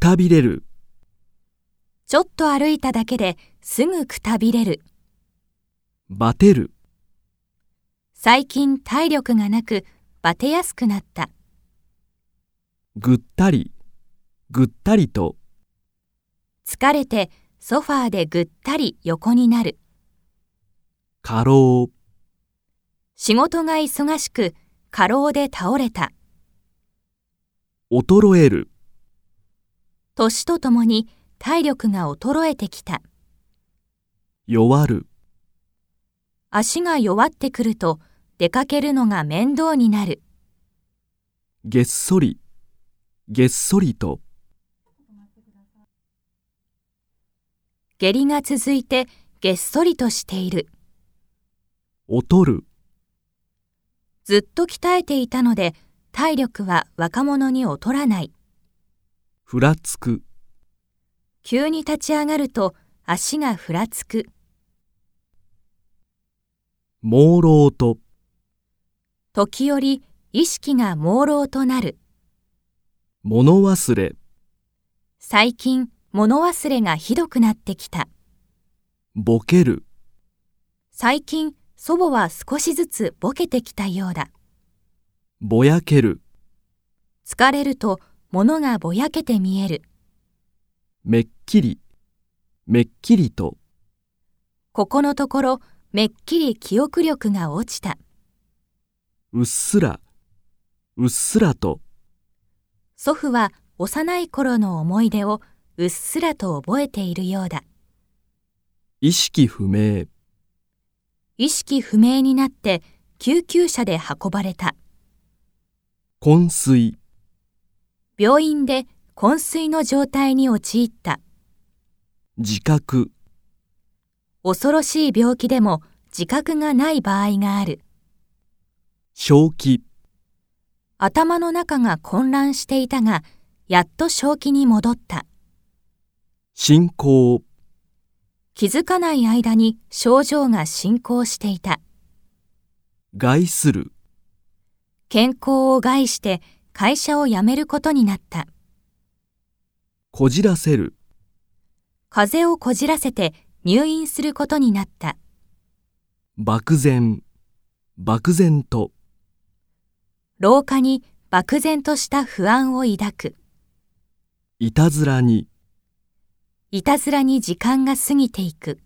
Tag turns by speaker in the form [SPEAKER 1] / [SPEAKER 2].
[SPEAKER 1] たびれる、
[SPEAKER 2] ちょっと歩いただけですぐくたびれる。
[SPEAKER 1] バテる、
[SPEAKER 2] 最近体力がなく、バテやすくなった。
[SPEAKER 1] ぐったり、ぐったりと、
[SPEAKER 2] 疲れてソファーでぐったり横になる。
[SPEAKER 1] 過労、
[SPEAKER 2] 仕事が忙しく、過労で倒れた。
[SPEAKER 1] 衰える、
[SPEAKER 2] 年とともに体力が衰えてきた。
[SPEAKER 1] 弱る、
[SPEAKER 2] 足が弱ってくると、出かけるのが面倒になる。
[SPEAKER 1] げっそり、げっそりと、
[SPEAKER 2] 下痢が続いてげっそりとしている。
[SPEAKER 1] 劣る、
[SPEAKER 2] ずっと鍛えていたので、体力は若者に劣らない。
[SPEAKER 1] ふらつく、
[SPEAKER 2] 急に立ち上がると足がふらつく。
[SPEAKER 1] 朦朧と、
[SPEAKER 2] 時折意識が朦朧となる。
[SPEAKER 1] 物忘れ、
[SPEAKER 2] 最近物忘れがひどくなってきた。
[SPEAKER 1] ボケる、
[SPEAKER 2] 最近祖母は少しずつボケてきたようだ。
[SPEAKER 1] ぼやける、
[SPEAKER 2] 疲れると物がぼやけて見える。
[SPEAKER 1] めっきり、めっきりと、
[SPEAKER 2] ここのところめっきり記憶力が落ちた。
[SPEAKER 1] うっすら、うっすらと、
[SPEAKER 2] 祖父は幼い頃の思い出をうっすらと覚えているようだ。
[SPEAKER 1] 意識不明、
[SPEAKER 2] 意識不明になって救急車で運ばれた。
[SPEAKER 1] 昏睡、
[SPEAKER 2] 病院で昏睡の状態に陥った。
[SPEAKER 1] 自覚、
[SPEAKER 2] 恐ろしい病気でも自覚がない場合がある。
[SPEAKER 1] 正気、
[SPEAKER 2] 頭の中が混乱していたが、やっと正気に戻った。
[SPEAKER 1] 進行、
[SPEAKER 2] 気づかない間に症状が進行していた。
[SPEAKER 1] 害する、
[SPEAKER 2] 健康を害して会社を辞めることになった。
[SPEAKER 1] こじらせる、
[SPEAKER 2] 風邪をこじらせて入院することになった。
[SPEAKER 1] 漠然、漠然と、
[SPEAKER 2] 廊下に漠然とした不安を抱く。
[SPEAKER 1] いたずらに、
[SPEAKER 2] いたずらに時間が過ぎていく。